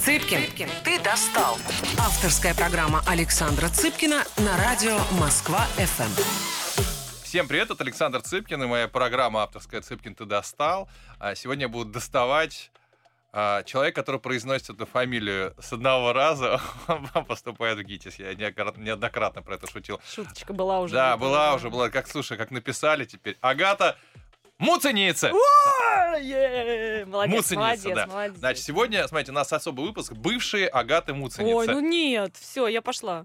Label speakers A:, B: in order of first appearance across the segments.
A: Цыпкин, ты достал. Авторская программа Александра Цыпкина на радио Москва-ФМ.
B: Всем привет, это Александр Цыпкин и моя программа авторская «Цыпкин, ты достал». А Сегодня я буду доставать а, человека, который произносит эту фамилию с одного раза, он поступает в ГИТИС. Я неокра- неоднократно про это шутил.
C: Шуточка была уже.
B: да, была уже, была. Как, слушай, как написали теперь. Агата Муценица!
C: А, е, Молодец,
B: Муценица,
C: молодец,
B: да.
C: молодец.
B: Значит, сегодня, смотрите, у нас особый выпуск «Бывшие Агаты Муценицы».
C: Ой, ну нет, все, я пошла.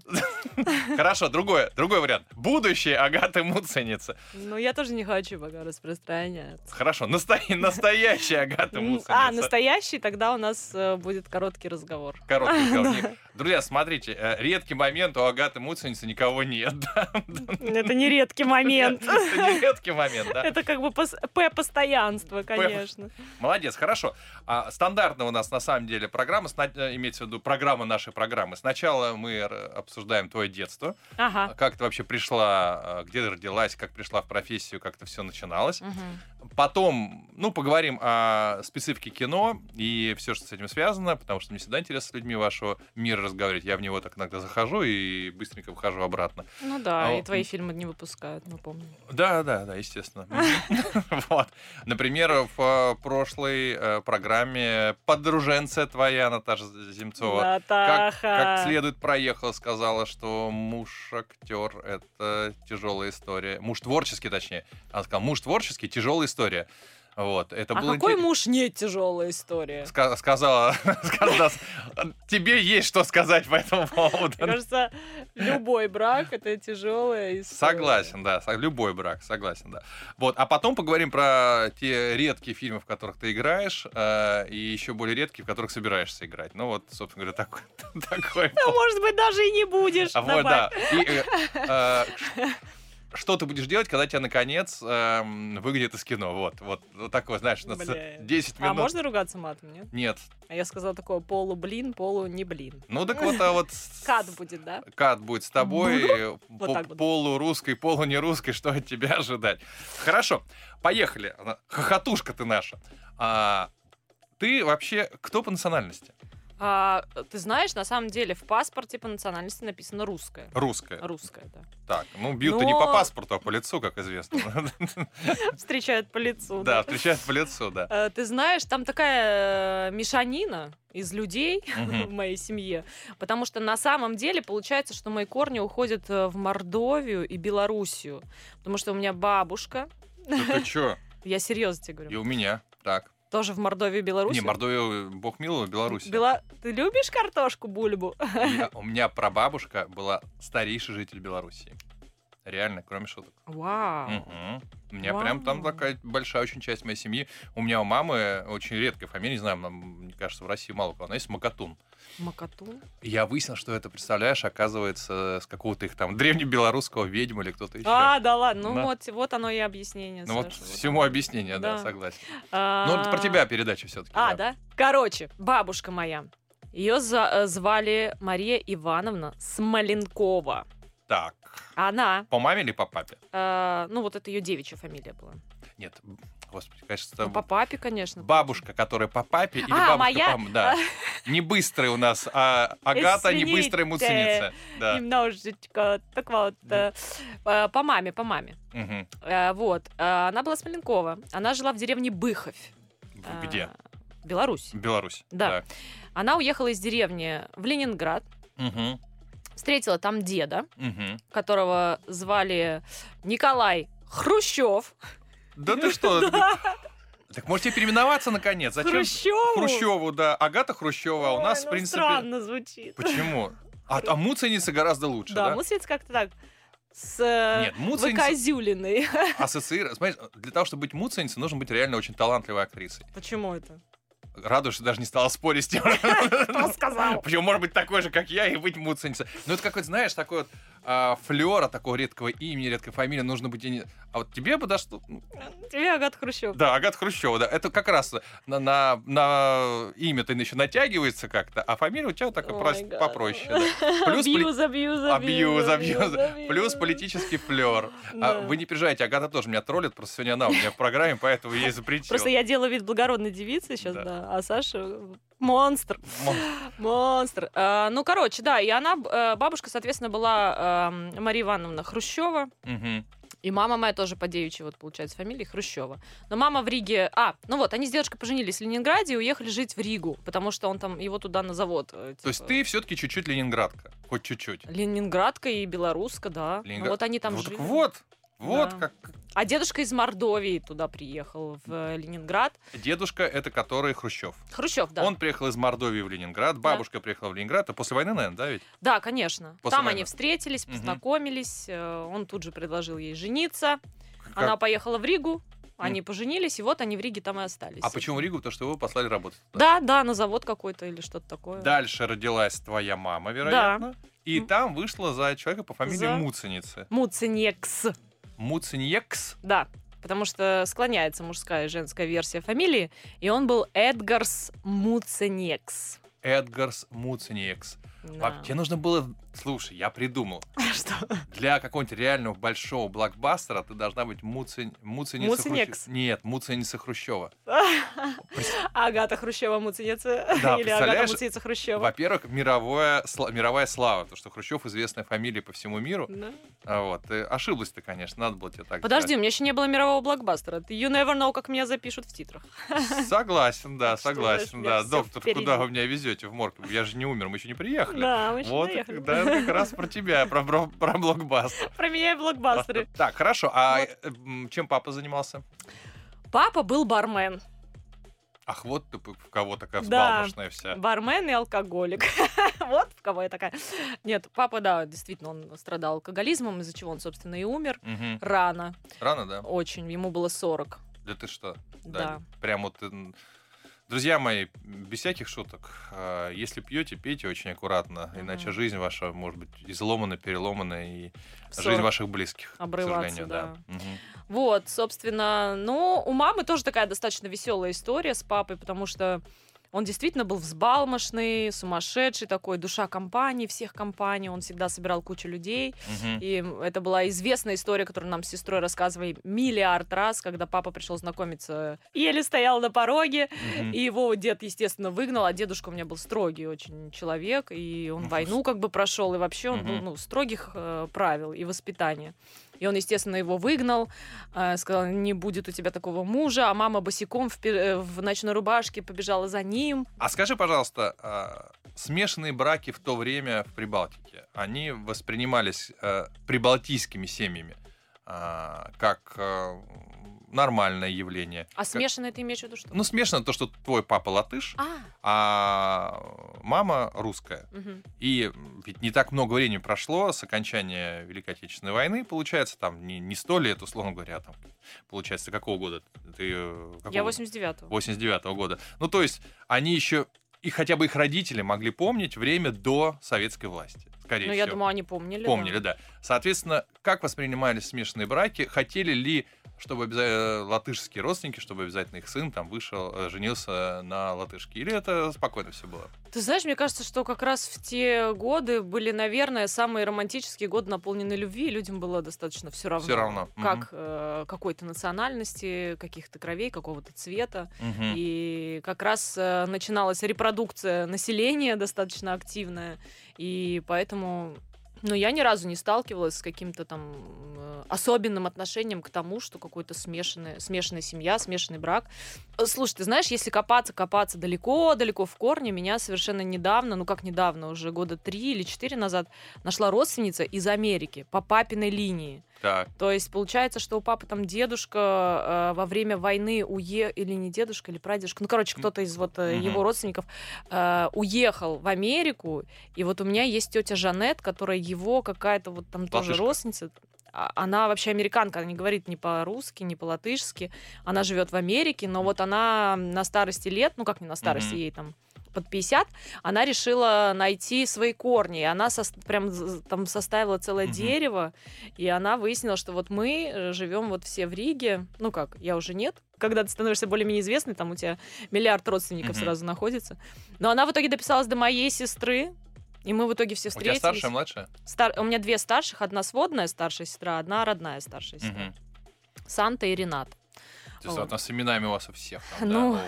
B: Хорошо, другое, другой вариант. Будущее Агаты Муценицы.
C: Ну, я тоже не хочу пока распространяться.
B: Хорошо, настоя- настоящая Агата
C: М,
B: Муценица.
C: А, настоящий, тогда у нас э, будет короткий разговор.
B: Короткий разговор. Друзья, смотрите, э, редкий момент у Агаты Муценицы никого нет. да?
C: Это не редкий момент.
B: Это не редкий момент, да?
C: Это как бы пос- П постоянство, конечно.
B: Молодец, хорошо. А, стандартная у нас на самом деле программа, сна- э, имеется в виду программа нашей программы. Сначала мы э, обсуждаем твое детство,
C: Ага.
B: как ты вообще пришла, э, где ты родилась, как пришла в профессию, как это все начиналось.
C: Мгм.
B: Потом, ну, поговорим о специфике кино и все, что с этим связано, потому что мне всегда интересно с людьми вашего мира разговаривать. Я в него так иногда захожу и быстренько выхожу обратно.
C: Ну да,
B: А,
C: и твои
B: м.
C: фильмы не выпускают, напомню.
B: Да, да, да, естественно. Вот. Например, в э, прошлой э, программе подруженца твоя, Наташа Земцова, как,
C: Натаха.
B: как следует проехала, сказала, что муж актер это тяжелая история. Муж творческий, точнее. Она сказала, муж творческий, тяжелая история. Вот. Это
C: А
B: было
C: какой
B: интерес-
C: муж не тяжелая история?
B: Ска- сказала, сказала, тебе есть что сказать по этому
C: Мне
B: поводу.
C: кажется, любой брак это тяжелая история.
B: Согласен, да, со- любой брак, согласен, да. Вот, а потом поговорим про те редкие фильмы, в которых ты играешь, э, и еще более редкие, в которых собираешься играть. Ну вот, собственно говоря, такой. такой
C: А Может быть, даже и не будешь.
B: А вот,
C: Давай.
B: да. И, э, э, ш- что ты будешь делать, когда тебя, наконец, эм, выглядит из кино? Вот, вот, вот такое, знаешь, на ц-
C: Блин.
B: 10
C: А
B: минут.
C: можно ругаться матом, нет?
B: Нет.
C: А я сказала такое полу блин, полу не блин.
B: Ну так вот, а вот... с-
C: Кат будет, да?
B: Кат будет с тобой, э,
C: Вот
B: по-
C: так вот.
B: полурусской, полунерусской, что от тебя ожидать. Хорошо, поехали. Хохотушка ты наша. А, ты вообще кто по национальности?
C: А, ты знаешь, на самом деле в паспорте по национальности написано русская.
B: Русская.
C: Русская, да.
B: Так, ну бьют-то не
C: Но-
B: по паспорту, а по лицу, как известно.
C: Встречают по лицу.
B: Да, встречают по лицу, да.
C: Э, Ты знаешь, там такая э, мешанина из людей
B: Мгм.
C: в моей семье, потому что на самом деле получается, что мои корни уходят э, в Мордовию и Белоруссию, потому что у меня бабушка,
B: Да ты чё?
C: я серьезно тебе
B: И
C: говорю,
B: у меня. Так.
C: тоже в Мордовии и Белоруссии.
B: Не, Мордовия, бог милого, Беларусь.
C: Бела- Ты любишь картошку бульбу?
B: У меня прабабушка была старейший житель Белоруссии. Реально, кроме шуток.
C: Вау.
B: Мгм. У меня прям там
C: Вау.
B: такая большая очень часть моей семьи. У меня у мамы очень редкая фамилия, не знаю, нам, мне кажется, в России мало у кого. Она есть Макатун.
C: Макатун.
B: И я выяснил, что это, представляешь, оказывается, с какого-то их там древнебелорусского ведьмы или кто-то еще.
C: А, да ладно, ну
B: Да.
C: вот, вот оно и объяснение.
B: ну вот
C: Саша,
B: всему объяснение, да,
C: Да.
B: согласен.
C: А.
B: Ну, это про тебя передача все-таки.
C: А, да? Короче, бабушка моя. Ее звали Мария Ивановна Смоленкова.
B: Так.
C: Она,
B: По маме или по папе?
C: э, ну вот это ее девичья фамилия была.
B: Нет, б- господи, конечно,
C: Ну,
B: там
C: по папе, конечно.
B: бабушка, которая по папе, или
C: А,
B: бабушка
C: моя?
B: по маме, да. Не быстрая у нас, а Агата не быстрая
C: Извините.
B: муценица. Да.
C: Немножечко, так вот, э, э, по маме, по маме.
B: Мгм.
C: Э, вот, э, она была Смоленкова. Она жила в деревне Быховь. А.
B: В- Где?
C: В Беларусь.
B: Беларусь.
C: Да. Она уехала из деревни в Ленинград,
B: Так. Мгм.
C: встретила там деда,
B: Мгм.
C: которого звали Николай Хрущев.
B: Да ты что? Так можете переименоваться наконец. Зачем?
C: Хрущеву?
B: Хрущеву, да. Агата Хрущева, а у
C: Ой,
B: нас, в
C: ну,
B: принципе...
C: странно звучит.
B: Почему? А, а муценица гораздо лучше,
C: Да,
B: да?
C: муслиц как-то так с э,
B: Нет, муценица-
C: выказюленной.
B: Ассоциировать. Смотри, для того, чтобы быть муценицей, нужно быть реально очень талантливой актрисой.
C: Почему это?
B: Радуюсь, что даже не стала спорить с тем,
C: Кто сказал?
B: Почему может быть такой же, как я, и быть муценицей? Ну, это какой-то, знаешь, такой вот а, флера такого редкого имени, редкой фамилии, нужно быть... и не- А вот тебе бы дошло... ну,
C: Тебе Агат Хрущев.
B: Да, Агат Хрущева, да. Это как раз на, на, на имя ты еще натягивается как-то, а фамилия у тебя вот такая
C: Ой,
B: прос-
C: гад.
B: попроще. да. Плюс, поли-
C: Абьюз, абьюз,
B: Абьюз,
C: абьюз,
B: абьюз.
C: абьюз.
B: плюс политический флер.
C: Да.
B: вы не переживайте, Агата тоже меня троллит, просто сегодня она у меня в программе, поэтому я ей запретил.
C: Просто я делаю вид благородной девицы сейчас,
B: Да.
C: да, а Саша Монстр.
B: Мо-
C: Монстр. А, ну, короче, да, и она, э, бабушка, соответственно, была эм, Мария Ивановна Хрущева,
B: Мгм.
C: и мама моя тоже по девичьей, вот, получается, фамилии Хрущева. Но мама в Риге... А, ну вот, они с девушкой поженились в Ленинграде и уехали жить в Ригу, потому что он там, его туда на завод. э,
B: То есть
C: типа,
B: ты все-таки чуть-чуть ленинградка. Хоть чуть-чуть.
C: Ленинградка и белоруска, да. Ну,
B: Ленинград-
C: Вот они там
B: вот,
C: жили.
B: так вот, вот
C: Да.
B: как
C: А дедушка из Мордовии туда приехал, в э, Ленинград.
B: дедушка, это который Хрущев.
C: Хрущев, да.
B: Он приехал из Мордовии в Ленинград, бабушка приехала в Ленинград, а после войны, наверное, да, ведь?
C: Да, конечно.
B: После
C: Там
B: войны.
C: они встретились,
B: Мгм.
C: познакомились. э, Он тут же предложил ей жениться.
B: Как-
C: Она поехала в Ригу, они поженились, и вот они в Риге там и остались.
B: А почему в Ригу? Потому что его послали работать. туда.
C: Да, да, на завод какой-то или что-то такое.
B: Дальше родилась твоя мама, вероятно. И
C: М.
B: там вышла за человека по фамилии
C: За-
B: Муценицы.
C: Муценекс,
B: Муценьекс.
C: да. Потому что склоняется мужская и женская версия фамилии, и он был Эдгарс Муценекс.
B: Эдгарс Муценьекс.
C: Да.
B: Вообще нужно было... Слушай, я придумал.
C: Что?
B: Для какого-нибудь реального большого блокбастера ты должна быть Муцен... Муценица
C: Муценьекс.
B: Хрущ- Нет, Муценица Хрущева.
C: Агата Хрущева Муценица.
B: Да,
C: Или Агата
B: представляешь?
C: Муценица Хрущева.
B: Во-первых, мировое, сла- мировая слава. То, что Хрущев известная фамилия по всему миру.
C: Да.
B: А Вот. ты- Ошиблась ты, конечно, надо было тебе так
C: Подожди, у меня еще не было мирового блокбастера. Ты- You never know, как меня запишут в титрах.
B: сказать. Согласен, да,
C: Так что,
B: согласен,
C: знаешь,
B: да.
C: меня всё
B: Доктор,
C: впереди.
B: куда вы меня везете в морг? Я же не умер, мы еще не приехали.
C: Да, мы еще
B: Вот,
C: доехали.
B: да, это как раз про тебя, про, про, про блокбастер.
C: Про меня и блокбастеры.
B: Так, хорошо, а э, м, чем папа занимался?
C: Папа был бармен.
B: Ах, вот ты п- в кого такая
C: Да.
B: взбалмошная вся.
C: Бармен и алкоголик. Вот в кого я такая. Нет, папа, да, действительно, он страдал алкоголизмом, из-за чего он, собственно, и умер.
B: Мгм.
C: Рано,
B: Рано, да?
C: очень, ему было 40.
B: Да ты что?
C: Да.
B: Прям вот... м, Друзья мои, без всяких шуток, э, если пьете, пейте очень аккуратно,
C: Мгм.
B: иначе жизнь ваша может быть изломана, переломана, и
C: в 40.
B: жизнь ваших близких,
C: Обрываться,
B: к сожалению, да. Мгм.
C: Вот, собственно, ну, у мамы тоже такая достаточно веселая история с папой, потому что он действительно был взбалмошный, сумасшедший такой, душа компании, всех компаний, он всегда собирал кучу людей,
B: Мгм.
C: и это была известная история, которую нам с сестрой рассказывали миллиард раз, когда папа пришел знакомиться, э, еле стоял на пороге,
B: Мгм.
C: и его дед, естественно, выгнал, а дедушка у меня был строгий очень человек, и он
B: Мгм.
C: войну как бы прошел, и вообще он был
B: Ну, Мгм.
C: ну, строгих э, правил и воспитания. И он, естественно, его выгнал, э, сказал, не будет у тебя такого мужа, а мама босиком в, пе- э, в ночной рубашке побежала за ним.
B: А скажи, пожалуйста, а, смешанные браки в то время в Прибалтике, они воспринимались э, прибалтийскими семьями а, как э, нормальное явление?
C: А
B: Как-
C: смешанное ты имеешь в виду что?
B: Ну, смешано то, что твой папа латыш,
C: А,
B: а мама русская.
C: мгм.
B: И ведь не так много времени прошло с окончания Великой Отечественной войны, получается, там не, не сто лет, условно говоря, а там, получается, какого года? Ты, э, какого?
C: я 89-го.
B: 89 года. Ну, то есть, они еще, и хотя бы их родители могли помнить время до советской власти, скорее
C: Ну,
B: всего.
C: я думаю, они помнили. да.
B: Помнили, да. Соответственно, как воспринимались смешанные браки? Хотели ли, чтобы обяза- э, латышские родственники, чтобы обязательно их сын там вышел, э, женился на латышке? Или это спокойно все было?
C: Ты знаешь, мне кажется, что как раз в те годы были, наверное, самые романтические годы, наполненные любви, и людям было достаточно все равно.
B: Всё равно, мгм.
C: Как э, какой-то национальности, каких-то кровей, какого-то цвета. И как раз э, начиналась репродукция населения достаточно активная. И поэтому... Ну, я ни разу не сталкивалась с каким-то там э, особенным отношением к тому, что какой-то смешанная, смешанная семья, смешанный брак. Э, Слушай, ты знаешь, если копаться, копаться далеко-далеко в корне, меня совершенно недавно, ну как недавно, уже года три или четыре назад, нашла родственница из Америки по папиной линии.
B: Так.
C: То есть получается, что у папы там дедушка э, во время войны уе... или не дедушка, или прадедушка, ну, короче, кто-то из вот э,
B: Мгм.
C: его родственников э, уехал в Америку, и вот у меня есть тетя Жанет, которая его какая-то вот там тоже
B: Латышка.
C: родственница, А- она вообще американка, она не говорит ни по-русски, ни по-латышски, она живет в Америке, но вот она на старости лет, ну как не на старости,
B: Мгм.
C: ей там под 50, она решила найти свои корни. И она сос- прям з- там составила целое
B: Мгм.
C: дерево, и она выяснила, что вот мы э, живем вот все в Риге. Ну как, я уже нет. Когда ты становишься более-менее известной, там у тебя миллиард родственников
B: Мгм.
C: сразу находится. Но она в итоге дописалась до моей сестры, и мы в итоге все
B: У тебя
C: встретились.
B: старшая, младшая?
C: Стар- У меня две старших, одна сводная старшая сестра, одна родная старшая сестра.
B: Мгм.
C: Санта и Ренат.
B: То есть
C: Вот.
B: вот. с именами у вас у всех. там, да?
C: Ну.
B: Ох.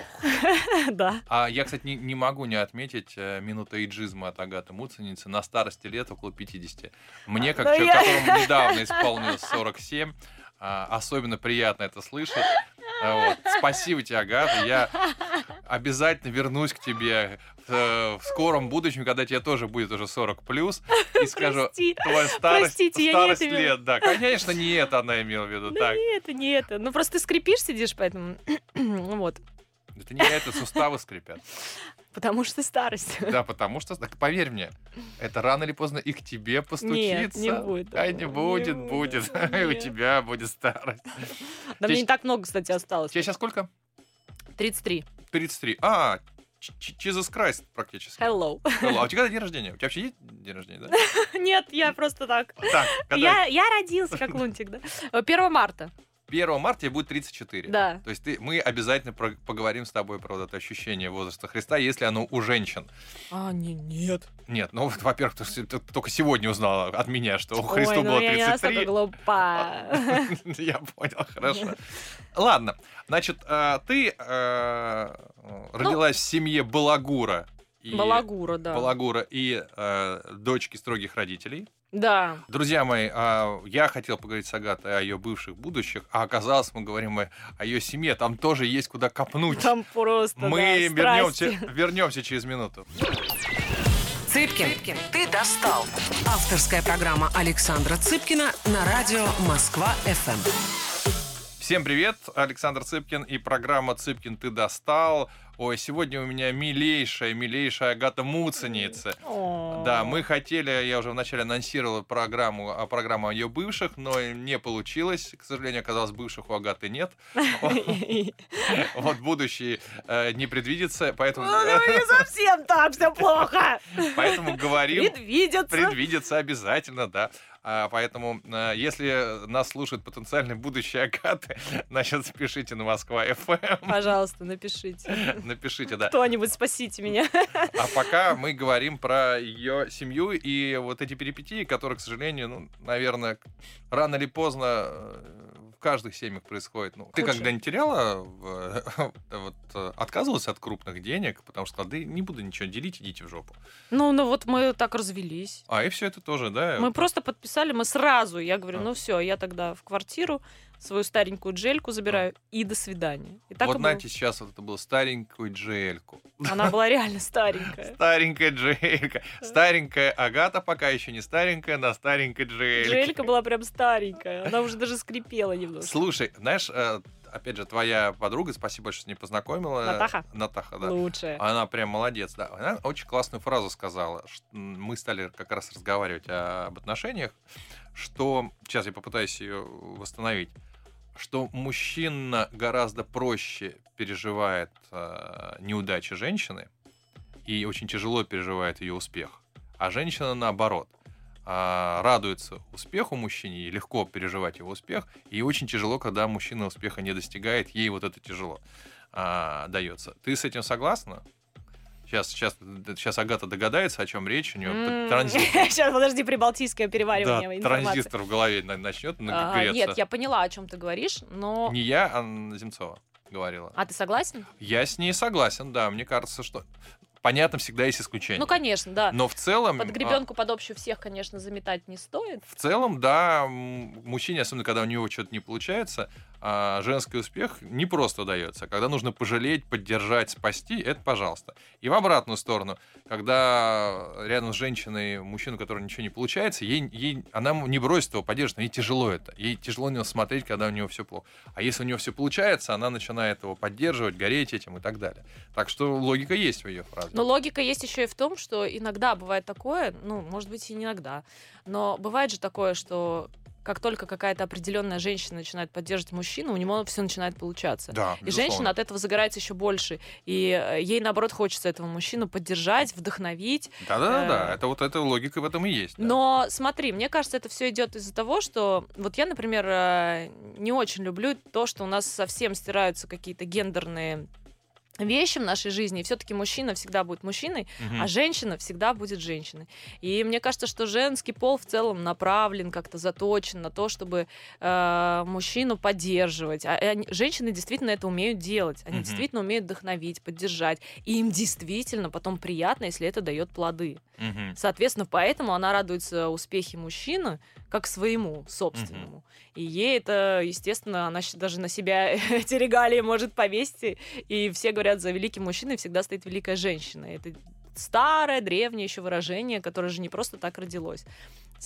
C: Да.
B: А я, кстати, не, не могу не отметить э, минуту эйджизма от Агаты Муценицы на старости лет около 50. Мне, как
C: А, Да
B: человеку,
C: я-
B: которому недавно исполнилось 47, а, особенно приятно это слышать. А, вот. Спасибо тебе, Агата. Я обязательно вернусь к тебе э, в скором будущем, когда тебе тоже будет уже 40 плюс, и скажу,
C: Прости.
B: твоя старость,
C: Простите, я не
B: старость
C: это имела.
B: лет. Да, конечно, не это она имела в виду.
C: Да
B: так.
C: не это, не это. Ну просто ты скрипишь, сидишь, поэтому вот.
B: Это не я, это суставы скрипят.
C: Потому что старость.
B: Да, потому что, так поверь мне, это рано или поздно и к тебе
C: Нет,
B: постучится.
C: не будет
B: Да, не
C: такого,
B: будет,
C: не
B: будет.
C: будет,
B: И у
C: нет.
B: тебя будет старость.
C: Да мне
B: Здесь-
C: не так много, кстати, осталось.
B: Тебе сейчас сколько?
C: 33.
B: 33. А, ч- ч- Jesus Christ практически.
C: Hello.
B: Hello. А у тебя когда день рождения? У тебя вообще есть день рождения, да?
C: Нет, я просто так.
B: Так, когда
C: Я, я родился как лунтик, да? 1 марта.
B: 1 марта тебе будет 34.
C: Да.
B: То есть ты, мы обязательно про- поговорим с тобой про вот это ощущение возраста Христа, если оно у женщин.
C: А, не, нет.
B: Нет, ну, вот, во-первых, потому что ты только сегодня узнала от меня, что у Христа
C: Ой, ну
B: было
C: я не
B: 33.
C: настолько глупа.
B: Я понял, хорошо. Ладно, значит, а, ты э, родилась в семье Балагура. и-
C: Ну. Балагура, да.
B: Балагура и э, дочки строгих родителей.
C: Да.
B: Друзья мои, а, я хотел поговорить с Агатой о ее бывших будущих, а оказалось, мы говорим о, о ее семье. Там тоже есть куда копнуть.
C: Там просто,
B: мы
C: да,
B: вернемся,
C: страсти.
B: вернемся через минуту.
A: Цыпкин, ты достал. Авторская программа Александра Цыпкина на радио Москва-ФМ.
B: Всем привет, Александр Цыпкин и программа «Цыпкин, ты достал». Ой, сегодня у меня милейшая, милейшая Агата Муценица.
C: О.
B: Да, мы хотели, я уже вначале анонсировал программу, а программу о ее бывших, но не получилось. К сожалению, оказалось, бывших у Агаты нет. Вот будущее э, не предвидится, поэтому,
C: Ну, ну, не совсем так все плохо.
B: поэтому говорим,
C: Предвидятся.
B: предвидится обязательно, да. А, Поэтому, э, если нас слушает потенциальный будущее Агаты, значит, пишите на Москва FM.
C: Пожалуйста, напишите.
B: Напишите, да.
C: Кто-нибудь спасите меня.
B: А пока мы говорим про ее семью и вот эти перипетии, которые, к сожалению, ну, наверное, к- рано или поздно э, в каждых семьях происходит. Ну, ты
C: Худшее.
B: когда-нибудь теряла, э, вот, э, отказывалась от крупных денег, потому что сказала, да не буду ничего делить, идите в жопу.
C: Ну, ну вот мы так развелись.
B: А и все это тоже, да?
C: Мы просто подписали, мы сразу, я говорю,
B: А.
C: ну все, я тогда в квартиру свою старенькую джельку забираю и до свидания. И так
B: вот
C: и было.
B: знаете, сейчас вот это было старенькую джельку.
C: Она была реально старенькая.
B: Старенькая джелька.
C: Э.
B: Старенькая Агата пока еще не старенькая, на старенькой джельке.
C: Джелька была прям старенькая. Она уже даже скрипела немножко.
B: Слушай, знаешь, э, опять же, твоя подруга, спасибо большое, что с ней познакомила. э,
C: Натаха? Ну,
B: Натаха, да.
C: Лучшая.
B: Она прям молодец, да. Она очень классную фразу сказала. Ш- м, Мы стали как раз разговаривать о- об отношениях, что... Сейчас я попытаюсь ее восстановить. Что мужчина гораздо проще переживает э, неудачи женщины и очень тяжело переживает ее успех. А женщина, наоборот, а, радуется успеху мужчине и легко переживать его успех. И очень тяжело, когда мужчина успеха не достигает, ей вот это тяжело а, дается. Ты с этим согласна? Сейчас, сейчас, сейчас Агата догадается, о чем речь. У нее транзистор,
C: Сейчас, подожди, прибалтийское переваривание
B: да,
C: информации.
B: транзистор в голове на- начнет
C: А,
B: нагреться.
C: Нет, я поняла, о чем ты говоришь, но...
B: Не я, а Земцова говорила.
C: А ты согласен?
B: Я с ней согласен, да. Мне кажется, что... Понятно, всегда есть исключения.
C: Ну, конечно, да.
B: Но в целом...
C: Под
B: а,
C: гребенку под общую всех, конечно, заметать не стоит.
B: В целом, да, м, мужчине, особенно когда у него что-то не получается, а, женский успех не просто дается. Когда нужно пожалеть, поддержать, спасти, это пожалуйста. И в обратную сторону, когда рядом с женщиной мужчина, у которого ничего не получается, ей, ей, она ему не бросит его, поддержит, но ей тяжело это. Ей тяжело на него смотреть, когда у него все плохо. А если у него все получается, она начинает его поддерживать, гореть этим и так далее. Так что логика есть в ее фразе.
C: Но логика есть еще и в том, что иногда бывает такое, ну, может быть, и не иногда, но бывает же такое, что как только какая-то определенная женщина начинает поддерживать мужчину, у него все начинает получаться.
B: да,
C: И женщина
B: безусловно.
C: от этого загорается еще больше. И э, ей, наоборот, хочется этого мужчину поддержать, вдохновить.
B: Да-да-да,
C: э,
B: это вот эта логика в этом и есть. да.
C: Но смотри, мне кажется, это все идет из-за того, что вот я, например, э, не очень люблю то, что у нас совсем стираются какие-то гендерные вещи в нашей жизни. Все-таки мужчина всегда будет мужчиной,
B: Мгм.
C: а женщина всегда будет женщиной. И мне кажется, что женский пол в целом направлен, как-то заточен на то, чтобы э, мужчину поддерживать. А, э, они- женщины действительно это умеют делать. Они
B: Мгм.
C: действительно умеют вдохновить, поддержать. И им действительно потом приятно, если это дает плоды.
B: Мгм.
C: Соответственно, поэтому она радуется успехе мужчины как своему, собственному. И ей это, естественно, она щ- даже на себя эти регалии может повесить. и- И все говорят, за великим мужчиной всегда стоит великая женщина. Это старое, древнее еще выражение, которое же не просто так родилось.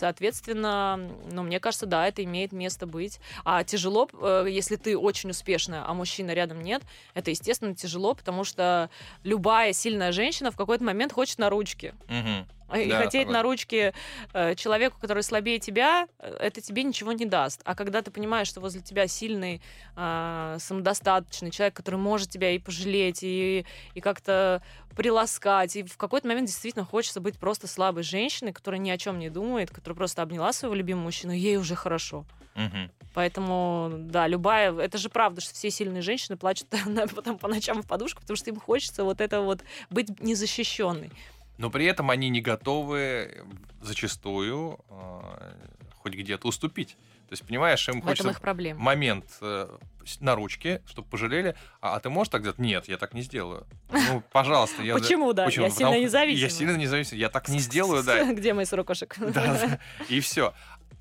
C: Соответственно, ну, мне кажется, да, это имеет место быть. А тяжело, э, если ты очень успешная, а мужчина рядом нет, это, естественно, тяжело, потому что любая сильная женщина в какой-то момент хочет на ручки.
B: Мгм.
C: А И
B: Да,
C: хотеть
B: согласен.
C: на ручки э, человеку, который слабее тебя, э, это тебе ничего не даст. А когда ты понимаешь, что возле тебя сильный, а, самодостаточный человек, который может тебя и пожалеть, и, и как-то приласкать, и в какой-то момент действительно хочется быть просто слабой женщиной, которая ни о чем не думает, которая просто обняла своего любимого мужчину, и ей уже хорошо.
B: Мгм.
C: Поэтому, да, любая... Это же правда, что все сильные женщины плачут на- потом по ночам в подушку, потому что им хочется вот это вот быть незащищенной.
B: Но при этом они не готовы зачастую э, хоть где-то уступить. То есть, понимаешь, им
C: В этом
B: хочется
C: их проблема.
B: момент э, с- на ручке, чтобы пожалели. А, а ты можешь так делать? Нет, я так не сделаю. Ну, пожалуйста, я...
C: Почему, да?
B: Почему?
C: Я
B: Потому-
C: сильно независима.
B: Я сильно независим. Я так не сделаю, да.
C: Где мои сорокошек?
B: Да, да. И все.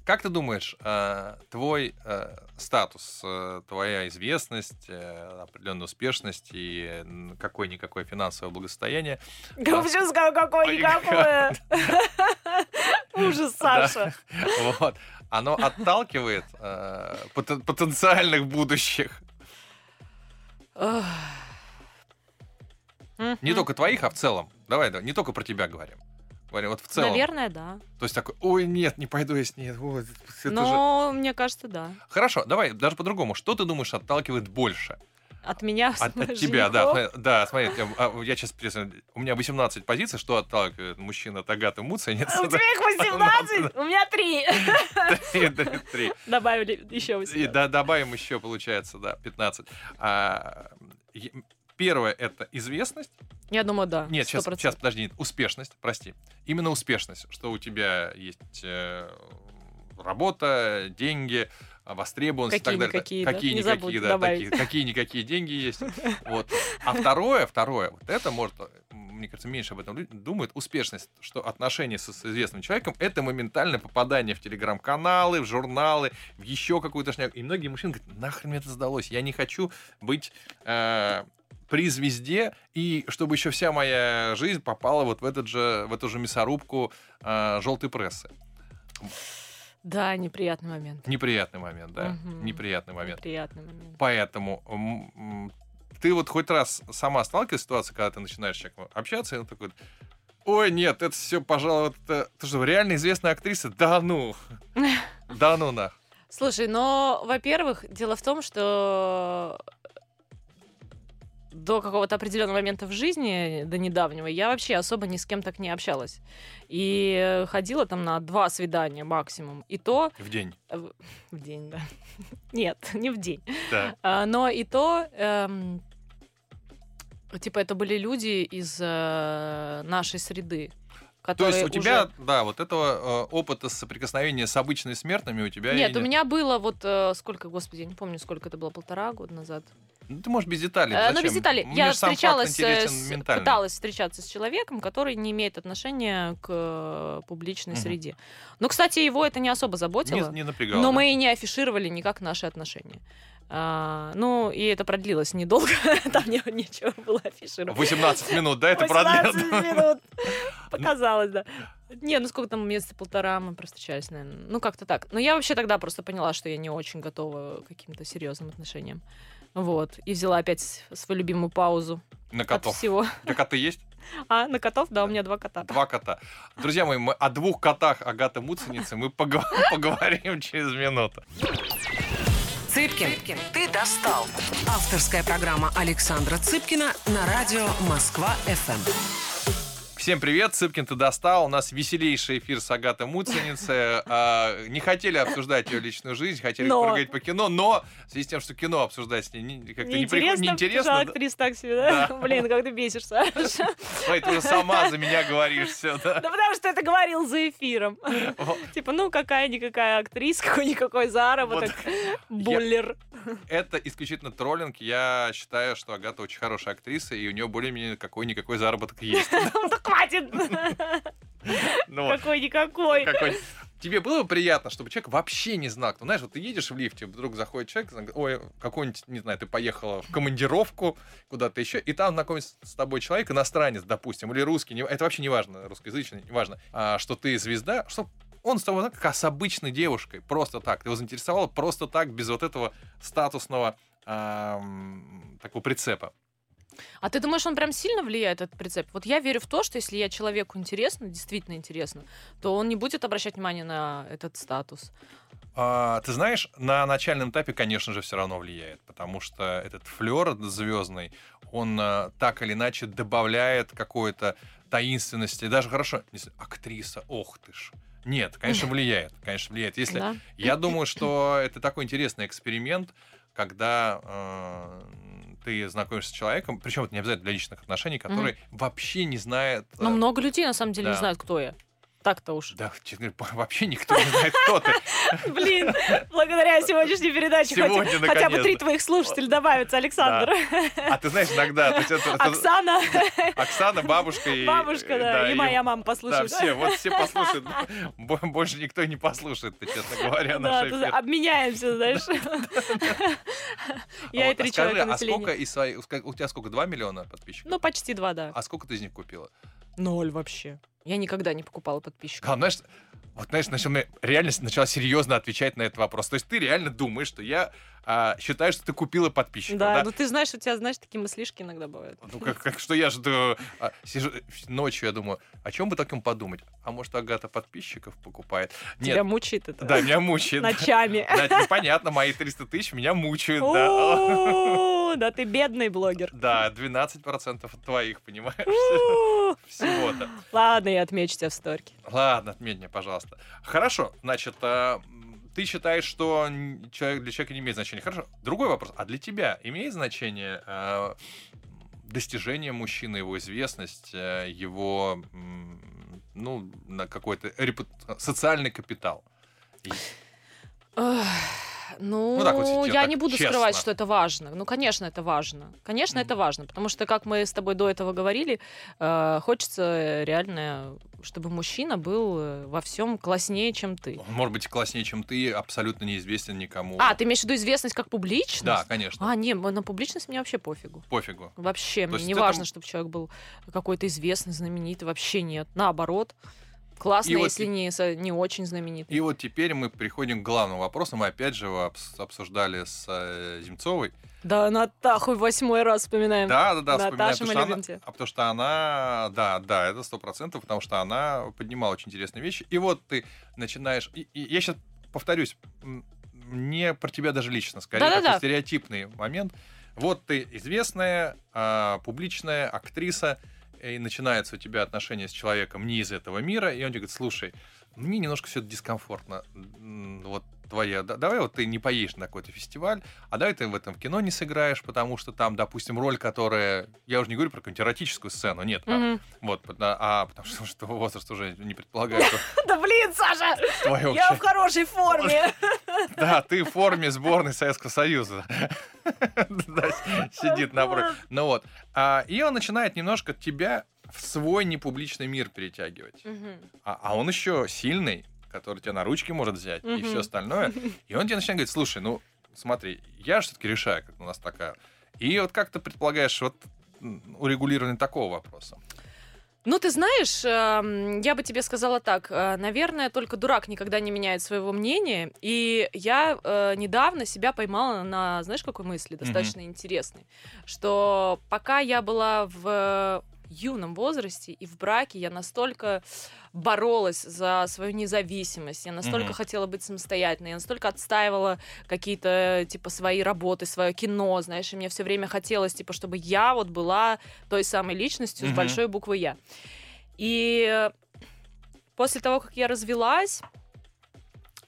B: Как ты думаешь, э, твой э, статус, э, твоя известность, э, определенная успешность и э, н- какое-никакое финансовое благосостояние
C: Вообще сказал, какое-никакое. Ужас, Саша.
B: Да. Вот. Оно отталкивает э, потен- потенциальных будущих.
C: Ох.
B: Не
C: Мгм.
B: только твоих, а в целом. Давай, давай, не только про тебя говорим. Говорим, вот в целом.
C: Наверное, да.
B: То есть такой, ой, нет, не пойду я с ней. Ой, это же-».
C: Но мне кажется, да.
B: Хорошо, давай, даже по-другому. Что ты думаешь отталкивает больше?
C: От меня,
B: От, от
C: женихов.
B: тебя, да. Да, смотри, я, а, я сейчас пересмотрю. У меня 18 позиций, что отталкивает мужчина от Агаты Муценицы.
C: А У тебя их 18, у меня 3.
B: Три, три, три.
C: Добавили еще
B: И
C: 18.
B: да, добавим еще, получается, да, 15. А, е- первое это известность.
C: Я думаю, да.
B: Нет, сейчас,
C: 100%.
B: сейчас, подожди, нет, успешность, прости. Именно успешность, что у тебя есть э, работа, деньги, а, востребованность и
C: Какие-никакие,
B: так
C: да,
B: далее.
C: не забудь
B: Какие-никакие, да,
C: добавить.
B: такие- какие-никакие деньги есть. Вот. А второе, второе, вот это может, м, мне кажется, меньше об этом люди думают, успешность, что отношения со- с известным человеком — это моментальное попадание в телеграм-каналы, в журналы, в еще какую-то шнягу. И многие мужчины говорят, нахрен мне это сдалось, я не хочу быть э, при звезде, и чтобы еще вся моя жизнь попала вот в, этот же, в эту же мясорубку э, желтой прессы.
C: Да, неприятный момент.
B: Неприятный момент, да?
C: Мгм.
B: Неприятный момент.
C: Неприятный момент.
B: Поэтому м, м, ты вот хоть раз сама сталкивалась с ситуацией, когда ты начинаешь с человеком общаться, и он такой, ой, нет, это все, пожалуй, вот это... Ты что, реально известная актриса? Да ну! Да ну нах.
C: Слушай, но, во-первых, дело в том, что до какого-то определенного момента в жизни, до недавнего, я вообще особо ни с кем так не общалась. И э, ходила там на два свидания максимум. И то
B: В день.
C: э, в в день, да. Нет, не в день.
B: Да.
C: А, Но и то, эм, типа, это были люди из э, нашей среды.
B: То
C: Которые
B: есть у
C: уже-
B: тебя, да, вот этого э, опыта соприкосновения с обычными смертными у тебя и
C: Нет, у меня было вот э, сколько, господи, я не помню, сколько это было, полтора года назад.
B: Ну, ты можешь без деталей.
C: Э,
B: зачем?
C: Ну, без деталей.
B: Мне
C: я
B: же сам факт
C: встречалась, э,
B: интересен
C: с-
B: ментально.
C: пыталась встречаться с человеком, который не имеет отношения к э, публичной
B: Мгм.
C: среде. Но, кстати, его это не особо заботило.
B: Не, не напрягала.
C: э, но
B: да?
C: мы и не афишировали никак наши отношения. А, ну, и это продлилось недолго. Там не, нечего было афишировать.
B: 18 минут, да, это
C: 18
B: продлится.
C: минут. Показалось, да. Не, ну сколько там месяца полтора мы простучались, наверное. Ну, как-то так. Но я вообще тогда просто поняла, что я не очень готова к каким-то серьезным отношениям. Вот. И взяла опять свою любимую паузу
B: На
C: от
B: котов.
C: всего.
B: У тебя коты есть?
C: А, на котов? Да, у меня два кота.
B: Два кота. Друзья мои, мы о двух котах Агаты Муценицы мы пога- поговорим через минуту.
A: Цыпкин, ты достал. Авторская программа Александра Цыпкина на радио Москва ФМ.
B: Всем привет, Цыпкин ты достал. У нас веселейший эфир с Агатой Муценице. А, Не хотели обсуждать ее личную жизнь, хотели
C: Но.
B: поговорить по кино, но в связи с тем, что кино обсуждать с ней не- как-то не приход-
C: писала
B: неинтересно, да.
C: актриса так себе, да?
B: Да.
C: Блин, как ты бесишься, Саша.
B: Смотри, ты уже сама за меня говоришь все,
C: Да потому что это говорил за эфиром. Типа, ну какая-никакая актриса, какой-никакой заработок, буллер.
B: Это исключительно троллинг. Я считаю, что Агата очень хорошая актриса, и у нее более-менее какой-никакой заработок есть.
C: Ну да хватит!
B: Ну, вот.
C: Какой-никакой.
B: какой. Тебе было бы приятно, чтобы человек вообще не знал? Ну, знаешь, вот ты едешь в лифте, вдруг заходит человек, зна- ой, какой-нибудь, не знаю, ты поехала в командировку куда-то еще, и там знакомится с тобой человек, иностранец, допустим, или русский, не- это вообще не важно, русскоязычный, не важно, а, что ты звезда, что он с тобой знаком как с обычной девушкой, просто так. Ты его заинтересовала просто так, без вот этого статусного ам, такого прицепа.
C: А ты думаешь, он прям сильно влияет, этот прицеп? Вот я верю в то, что если я человеку интересно, действительно интересно, то он не будет обращать внимание на этот статус.
B: А, ты знаешь, на начальном этапе, конечно же, все равно влияет, потому что этот флер звездный, он а, так или иначе добавляет какой-то таинственности. Даже хорошо, не знаю, актриса, ох ты ж. Нет, конечно, влияет. Конечно, влияет. Если,
C: Да?
B: я думаю, что это такой интересный эксперимент, когда э, ты знакомишься с человеком, причем это не обязательно для личных отношений, который вообще не знает.
C: Но
B: э,
C: много людей на самом деле не
B: да.
C: знают, кто я. Так-то уж.
B: Да, честно говоря, вообще никто не знает, кто ты.
C: Блин, благодаря сегодняшней передаче хотя-
B: Сегодня,
C: хотя бы
B: наконец-то.
C: три твоих слушателя добавятся, Александр.
B: А ты знаешь, иногда... то есть это- это-
C: Оксана,
B: Оксана, бабушка и...
C: бабушка, да, и моя мама
B: Да,
C: послушают.
B: все, вот все послушают. Бо- Больше никто и не послушает, честно говоря,
C: Да, а
B: наш
C: тут
B: эфир.
C: обменяемся, знаешь. Я
B: Вот,
C: и три
B: а скажи,
C: человека
B: а сколько
C: населения.
B: из своих... У тебя сколько, 2 миллиона подписчиков?
C: Ну, почти два, да.
B: А сколько ты из них купила?
C: Ноль вообще. Я никогда не покупала подписчиков.
B: А, знаешь, вот, знаешь, начал мне- реально с- начала серьезно отвечать на этот вопрос. То есть ты реально думаешь, что я а, считаю, что ты купила подписчиков,
C: Да,
B: да?
C: ну ты знаешь, у тебя, знаешь, такие мыслишки иногда бывают.
B: Ну, как, как что я жду. а, сижу ночью, я думаю, о чем бы таком подумать? А может, Агата подписчиков покупает?
C: Тебя
B: Нет,
C: мучает это.
B: да, меня мучает.
C: Ночами.
B: Да, это понятно, мои 300 тысяч меня мучают, да.
C: У, Да ты бедный блогер.
B: Да, 12% от твоих, понимаешь?
C: У,
B: Всего-то.
C: Ладно, я отмечу тебя в сторке.
B: Ладно, отметь мне, пожалуйста. Хорошо, значит, а, м, ты считаешь, что н- человек для человека не имеет значения. Хорошо. Другой вопрос. А для тебя имеет значение а, достижение мужчины, его известность, э, его, м, ну, на какой-то репут- социальный капитал? И-
C: Эх, Ну,
B: Ну, так вот, если
C: я
B: так
C: не буду
B: честно.
C: скрывать, что это важно. Ну, конечно, это важно. Конечно,
B: Мгм.
C: это важно, потому что, как мы с тобой до этого говорили, э, хочется реально, чтобы мужчина был э, во всем класснее, чем ты.
B: Он может быть класснее, чем ты, абсолютно неизвестен никому.
C: А, ты имеешь в виду известность как публичность?
B: Да, конечно.
C: А, не, м- на публичность мне вообще пофигу.
B: Пофигу.
C: Вообще,
B: То
C: мне
B: есть
C: не
B: ты
C: важно,
B: там-
C: чтобы человек был какой-то известный, знаменитый, вообще нет. Наоборот, классно,
B: И вот
C: если
B: и-
C: не, со- не очень знаменитый.
B: И вот теперь мы приходим к главному вопросу. Мы опять же его обс- обсуждали с э, Земцовой.
C: Да, Натаху восьмой раз вспоминаем.
B: Да, да, да, вспоминаю,
C: Эм, Наташа,
B: потому
C: мы
B: что
C: любим
B: она-
C: тебя.
B: А потому что она, да, да, это сто процентов, потому что она поднимала очень интересные вещи. И вот ты начинаешь. и- и я сейчас повторюсь, м, не про тебя даже лично, скорее
C: Да-да-да.
B: такой стереотипный момент. Вот ты известная, а, публичная актриса, и начинается у тебя отношения с человеком не из этого мира, и он тебе говорит, слушай, мне немножко все это дискомфортно. М, Вот твоя, да- давай вот ты не поедешь на какой-то фестиваль, а давай ты в этом кино не сыграешь, потому что там, допустим, роль, которая, я уже не говорю про какую-нибудь эротическую сцену, нет, а-
C: Мгм.
B: вот, пот- а, а потому что, что возраст уже не предполагает, что
C: Да блин, Саша!
B: твое
C: Я
B: вообще-
C: в хорошей форме.
B: Да, ты в форме сборной Советского Союза. Да, с- Сидит напротив. Ну вот. А, И он начинает немножко тебя в свой непубличный мир перетягивать. А, а он еще сильный, который тебя на ручки может взять и
C: Мгм.
B: все остальное. И он тебе начинает говорить, слушай, ну смотри, я все-таки решаю, как у нас такая. И вот как ты предполагаешь вот м, урегулирование такого вопроса?
C: Ну, ты знаешь, эм, я бы тебе сказала так. э, Наверное, только дурак никогда не меняет своего мнения. И я э, недавно себя поймала на, знаешь, какой мысли достаточно интересной. Что пока я была в юном возрасте и в браке я настолько боролась за свою независимость, я настолько
B: Мгм.
C: хотела быть самостоятельной, я настолько отстаивала какие-то, типа, свои работы, свое кино, знаешь, и мне все время хотелось, типа, чтобы я вот была той самой личностью с
B: Мгм.
C: большой буквы «Я». И после того, как я развелась,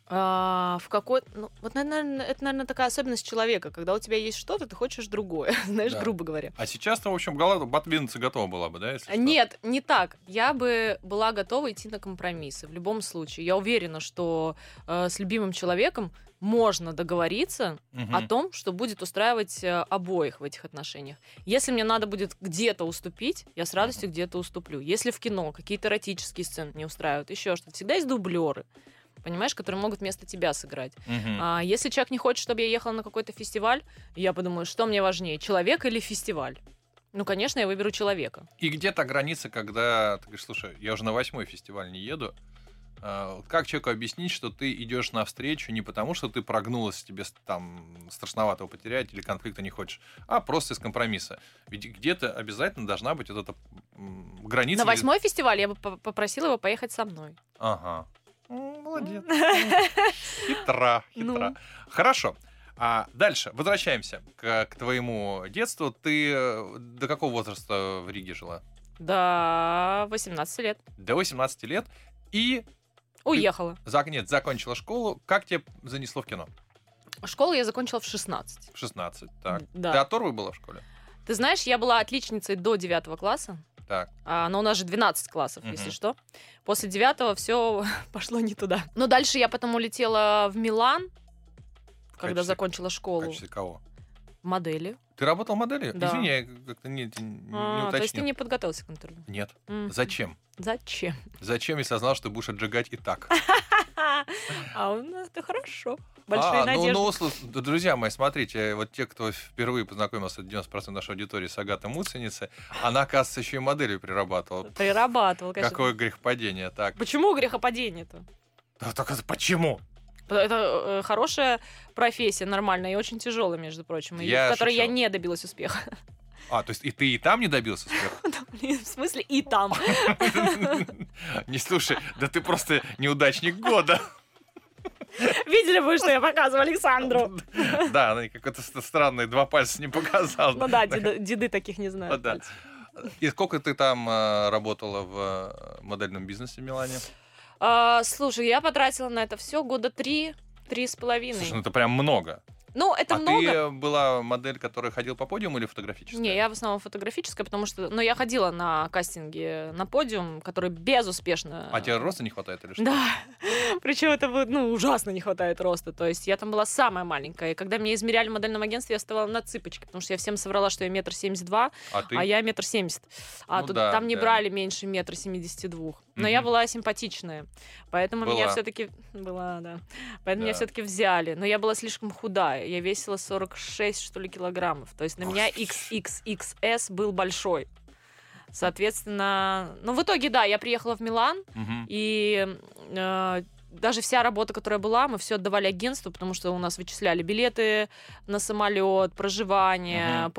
C: а, в какой... Ну, вот, наверное, это, наверное, такая особенность человека. Когда у тебя есть что-то, ты хочешь другое, знаешь,
B: Да.
C: грубо говоря.
B: А сейчас-то, в общем, голова отвинуться готова была бы, да? Если что?
C: Нет, не так. Я бы была готова идти на компромиссы в любом случае. Я уверена, что э, с любимым человеком можно договориться
B: Мгм.
C: о том, что будет устраивать э, обоих в этих отношениях. Если мне надо будет где-то уступить, я с радостью где-то уступлю. Если в кино какие-то эротические сцены не устраивают, еще что-то, всегда есть дублеры, понимаешь, которые могут вместо тебя сыграть.
B: Мгм.
C: А если человек не хочет, чтобы я ехала на какой-то фестиваль, я подумаю, что мне важнее, человек или фестиваль? Ну, конечно, я выберу человека.
B: И где то граница, когда ты говоришь, слушай, я уже на восьмой фестиваль не еду. А, вот Как человеку объяснить, что ты идешь навстречу не потому, что ты прогнулась, тебе с- там страшновато потерять или конфликта не хочешь, а просто из компромисса. Ведь где-то обязательно должна быть вот эта м, граница.
C: На
B: где-
C: восьмой фестиваль я бы по- попросила его поехать со мной.
B: Ага. М, Молодец. Хитра, хитра.
C: Ну.
B: Хорошо. А дальше возвращаемся к, к твоему детству. Ты э, до какого возраста в Риге жила?
C: До 18 лет.
B: До 18 лет. И
C: Уехала.
B: за, нет, закончила школу. Как тебе занесло в кино?
C: Школу я закончила в 16.
B: В 16. Так.
C: Да.
B: Ты оторвой была в школе?
C: Ты знаешь, я была отличницей до 9 класса.
B: Так.
C: А, но у нас же 12 классов,
B: Мгм.
C: если что. После 9 все пошло не туда. Но дальше я потом улетела в Милан, когда
B: качестве-
C: закончила
B: В
C: школу.
B: качестве кого?
C: Модели.
B: Ты работал моделью?
C: Да.
B: Извини, я как-то не, не
C: А, то есть ты
B: уточнил.
C: не подготовился к интервью.
B: Нет.
C: М.
B: Ну, Зачем?
C: Зачем?
B: Зачем, если я знал, что ты будешь отжигать и так?
C: А у нас это хорошо. Большие
B: А, ну-
C: надежды.
B: ну, слу- да, друзья мои, смотрите, вот те, кто впервые познакомился, 90% нашей аудитории с Агатой Муциницей, она, оказывается, еще и моделью прирабатывала.
C: Прирабатывал, конечно.
B: Какое грех падения, так.
C: Почему грехопадение-то?
B: Да, так это почему?
C: Это э, хорошая профессия, нормальная и очень тяжелая, между прочим, и
B: Я
C: в которой я
B: шучу.
C: не добилась успеха.
B: А, то есть и ты и там не добился успеха?
C: Да, блин, в смысле, и там.
B: Не слушай, да ты просто неудачник года.
C: Видели вы, что я показывала Александру?
B: Да, она какой-то ст- странный два пальца не
C: Ну
B: показала.
C: да, деда- деды таких не знают.
B: Да. И сколько ты там э, работала в э, модельном бизнесе в Милане?
C: А, Слушай, я потратила на это все года три, три с
B: Слушай, ну
C: половиной.
B: это прям много.
C: Ну, это
B: а ты
C: много.
B: э, была модель, которая ходила по подиуму или фотографическая?
C: Не, я в основном фотографическая, потому что... Ну, я ходила на кастинги на подиум, который безуспешно...
B: А тебе роста не хватает или что?
C: Да. Причем этого, ну, ужасно не хватает роста. То есть я там была самая маленькая. И когда меня измеряли в модельном агентстве, я вставала на цыпочки, потому что я всем соврала, что я метр семьдесят два,
B: А ты?
C: а я метр семьдесят. А
B: Ну
C: тут
B: да,
C: там не
B: да.
C: брали меньше метра семидесяти двух. Но я
B: Мгм.
C: была симпатичная. Поэтому меня
B: Была.
C: все-таки... Была, да. Поэтому меня
B: Да.
C: все-таки взяли. Но я была слишком худая. Я весила 46, что ли, килограммов. То есть на меня
B: Господи.
C: XXXS был большой. Соответственно... Ну, в итоге, да, я приехала в Милан.
B: Мгм.
C: И э, даже вся работа, которая была, мы все отдавали агентству, потому что у нас вычисляли билеты на самолет, проживание,
B: Мгм.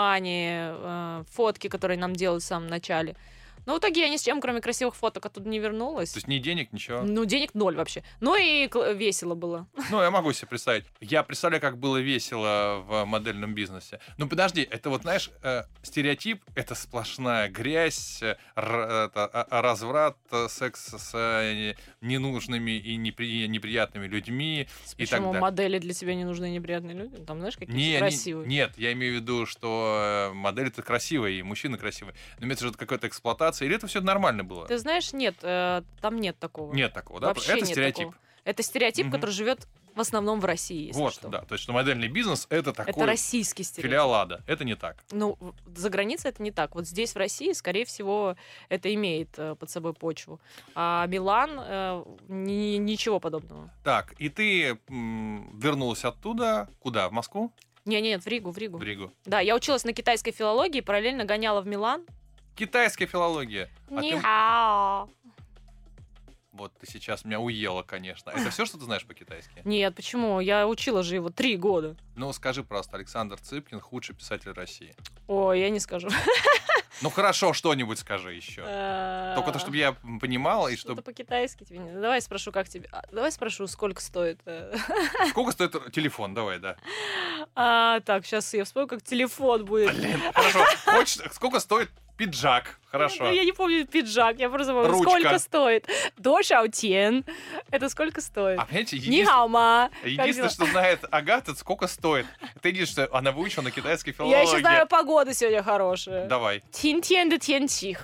C: покет-мани, э, фотки, которые нам делали в самом начале. Но в итоге я ни с чем, кроме красивых фоток, оттуда не вернулась.
B: То есть а? ни денег, ничего.
C: Ну, денег ноль вообще. Ну и кл- весело было.
B: Ну, я могу себе представить. Я представляю, как было весело в модельном бизнесе. Ну, подожди, это вот, знаешь, э, стереотип — это сплошная грязь, э, р- это, а- а, разврат, э, секс с э, ненужными и непри- неприятными людьми. И так
C: Почему
B: далее.
C: модели для тебя не нужны неприятные люди? Там, знаешь, какие-то
B: Не, не-
C: красивые.
B: нет, я имею в виду, что э, модель это красивая, и мужчина красивый. Но это же какая-то эксплуатация, или это все нормально было?
C: Ты знаешь, нет, э, там нет такого.
B: Нет такого, да?
C: Вообще
B: это
C: нет
B: стереотип.
C: такого. Это стереотип,
B: Мгм.
C: который живет в основном в России, если
B: вот,
C: что.
B: да. То есть, что модельный бизнес это такой
C: Это российский стереотип.
B: филиал ада. Это не так.
C: Ну, в- за границей это не так. Вот здесь, в России, скорее всего, это имеет э, под собой почву. А Милан э, ни- ничего подобного.
B: Так, и ты м, вернулась оттуда куда? В Москву?
C: Не, нет, в Ригу, в Ригу.
B: В Ригу.
C: Да, я училась на китайской филологии, параллельно гоняла в Милан.
B: Китайская филология. А ты-
C: Нихао.
B: Вот ты сейчас меня уела, конечно. Это все, что ты знаешь по-китайски?
C: Нет, почему? Я учила же его три года.
B: Ну, скажи просто, Александр Цыпкин худший писатель России.
C: Ой, я не скажу.
B: Ну хорошо, что-нибудь скажи еще. Только то, чтобы я понимала, и
C: Что-то
B: чтобы...
C: по-китайски тебе не... Давай спрошу, как тебе... а, Давай спрошу, сколько стоит... э,
B: Сколько стоит телефон? Давай, да.
C: А, так, сейчас я вспомню, как телефон будет.
B: Блин, хорошо. Хочешь- сколько стоит Пиджак. Хорошо.
C: Ну, я не помню пиджак, я просто помню,
B: Ручка.
C: сколько стоит. До шаутен. Это сколько стоит?
B: А понимаете,
C: Ни
B: единственное,
C: хаума. Как
B: единственное,
C: дела?
B: что знает Агата, это сколько стоит. Это единственное, что она выучила на китайской
C: Я еще
B: филологии.
C: знаю, погода сегодня хорошая.
B: Давай.
C: Тин-тен да тен-чи,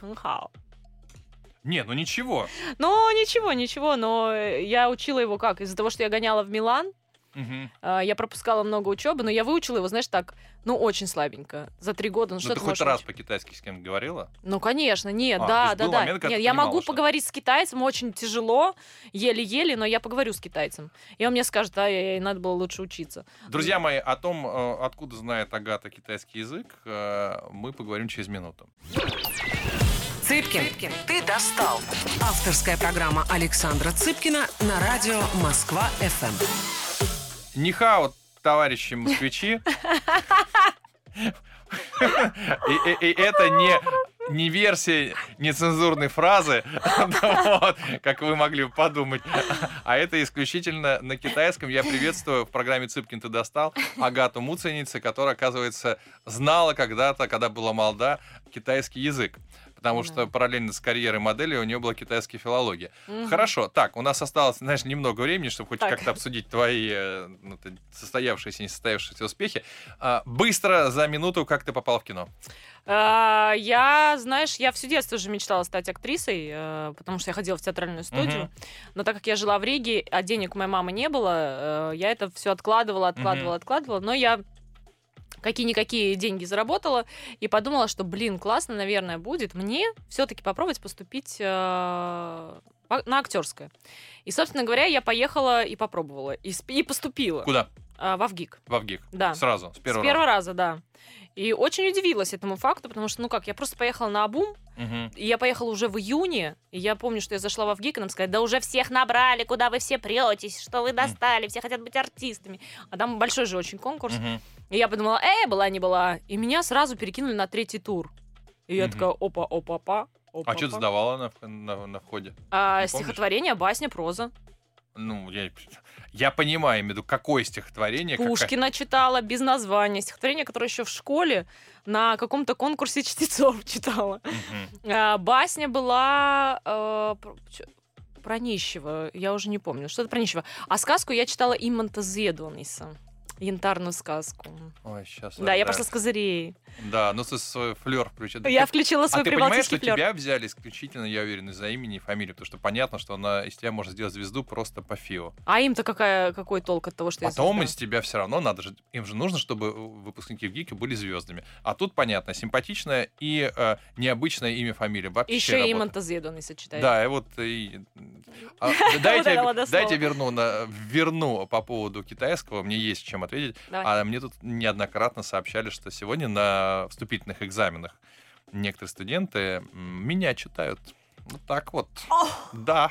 B: Не, ну ничего.
C: Ну, ничего, ничего, но я учила его как? Из-за того, что я гоняла в Милан,
B: Мгм.
C: э, я пропускала много учебы, но я выучила его, знаешь, так, ну, очень слабенько. За три года, ну,
B: Ну
C: что
B: ты
C: ты
B: хоть
C: можешь
B: раз
C: выучить?
B: по-китайски с кем говорила?
C: Ну, конечно, нет,
B: А, то
C: да,
B: есть
C: да,
B: был
C: да.
B: момент, когда
C: нет,
B: ты
C: я
B: понимала,
C: могу
B: что-
C: поговорить с китайцем, очень тяжело, еле-еле, но я поговорю с китайцем. И он мне скажет, да, я, надо было лучше учиться.
B: Друзья мои, о том, э, откуда знает Агата китайский язык, э, мы поговорим через минуту.
A: Цыпкин, ты достал. Авторская программа Александра Цыпкина на радио Москва ФМ.
B: Нихао, товарищи москвичи. И- и- И это не не версия нецензурной фразы, ну вот, как вы могли бы подумать, а это исключительно на китайском. Я приветствую в программе «Цыпкин ты достал» Агату Муценицы, которая, оказывается, знала когда-то, когда была молода, китайский язык. Потому
C: Да.
B: что параллельно с карьерой модели у нее была китайская филология.
C: Мгм.
B: Хорошо, так, у нас осталось, знаешь, немного времени, чтобы хоть
C: Так.
B: как-то обсудить твои э, ну, ты- состоявшиеся и несостоявшиеся успехи. А, быстро, за минуту, как ты попал в кино?
C: А, Я, знаешь, я все детство уже мечтала стать актрисой, э, потому что я ходила в театральную студию.
B: Мгм.
C: Но так как я жила в Риге, а денег у моей мамы не было, э, я это все откладывала, откладывала, откладывала. Но я какие-никакие деньги заработала и подумала, что, блин, классно, наверное, будет мне все-таки попробовать поступить э, по- на актерское. И, собственно говоря, я поехала и попробовала. И, сп- и поступила
B: Куда?
C: э, в Авгик.
B: В Авгик?
C: Да.
B: Сразу, с первого
C: С первого раза, да. И очень удивилась этому факту, потому что, ну как, я просто поехала на Абум,
B: раза. Мгм.
C: и я поехала уже в июне, и я помню, что я зашла в Авгик, и нам сказали, да уже всех набрали, куда вы все претесь, что вы достали, все хотят быть артистами. А там большой же очень конкурс.
B: Мгм. А
C: И я подумала, э, была не была. И меня сразу перекинули на третий тур. И я
B: Мгм.
C: такая, опа, опа, па.
B: А что ты сдавала на, в- на- на входе?
C: А,
B: Не помнишь?
C: стихотворение, басня, проза.
B: Ну, я, я понимаю, имею в виду, какое стихотворение. Э, какая-
C: Пушкина читала без названия. Стихотворение, которое еще в школе на каком-то конкурсе чтецов читала.
B: Мгм.
C: А, басня была э, про, чё- про нищего, я уже не помню, что-то про нищего. А сказку я читала Имманта Зедуаниса, янтарную сказку.
B: Ой, сейчас.
C: Да, я пошла с козырей.
B: Да, ну, ты свой флер включил.
C: Я включила
B: А
C: свой
B: ты понимаешь,
C: прибалтийский
B: что
C: флер.
B: тебя взяли исключительно, я уверен, из-за имени и фамилии, потому что понятно, что она из тебя может сделать звезду просто по фио.
C: А им-то какая, какой толк от того, что
B: Потом
C: я
B: из
C: создала?
B: тебя все равно надо же, им же нужно, чтобы э, выпускники в ГИКе были звездами. А тут понятно, симпатичное и э, необычное имя, фамилия. Вообще
C: Еще и
B: работает.
C: Имманта Зедуаниса читает.
B: Да, и вот э, и... А, да, дайте,
C: этого
B: я-
C: дослова.
B: дайте верну, на, верну по поводу китайского, мне есть чем ответить.
C: Давай.
B: А мне тут неоднократно сообщали, что сегодня на вступительных экзаменах некоторые студенты м, меня читают. Ну так вот. Да,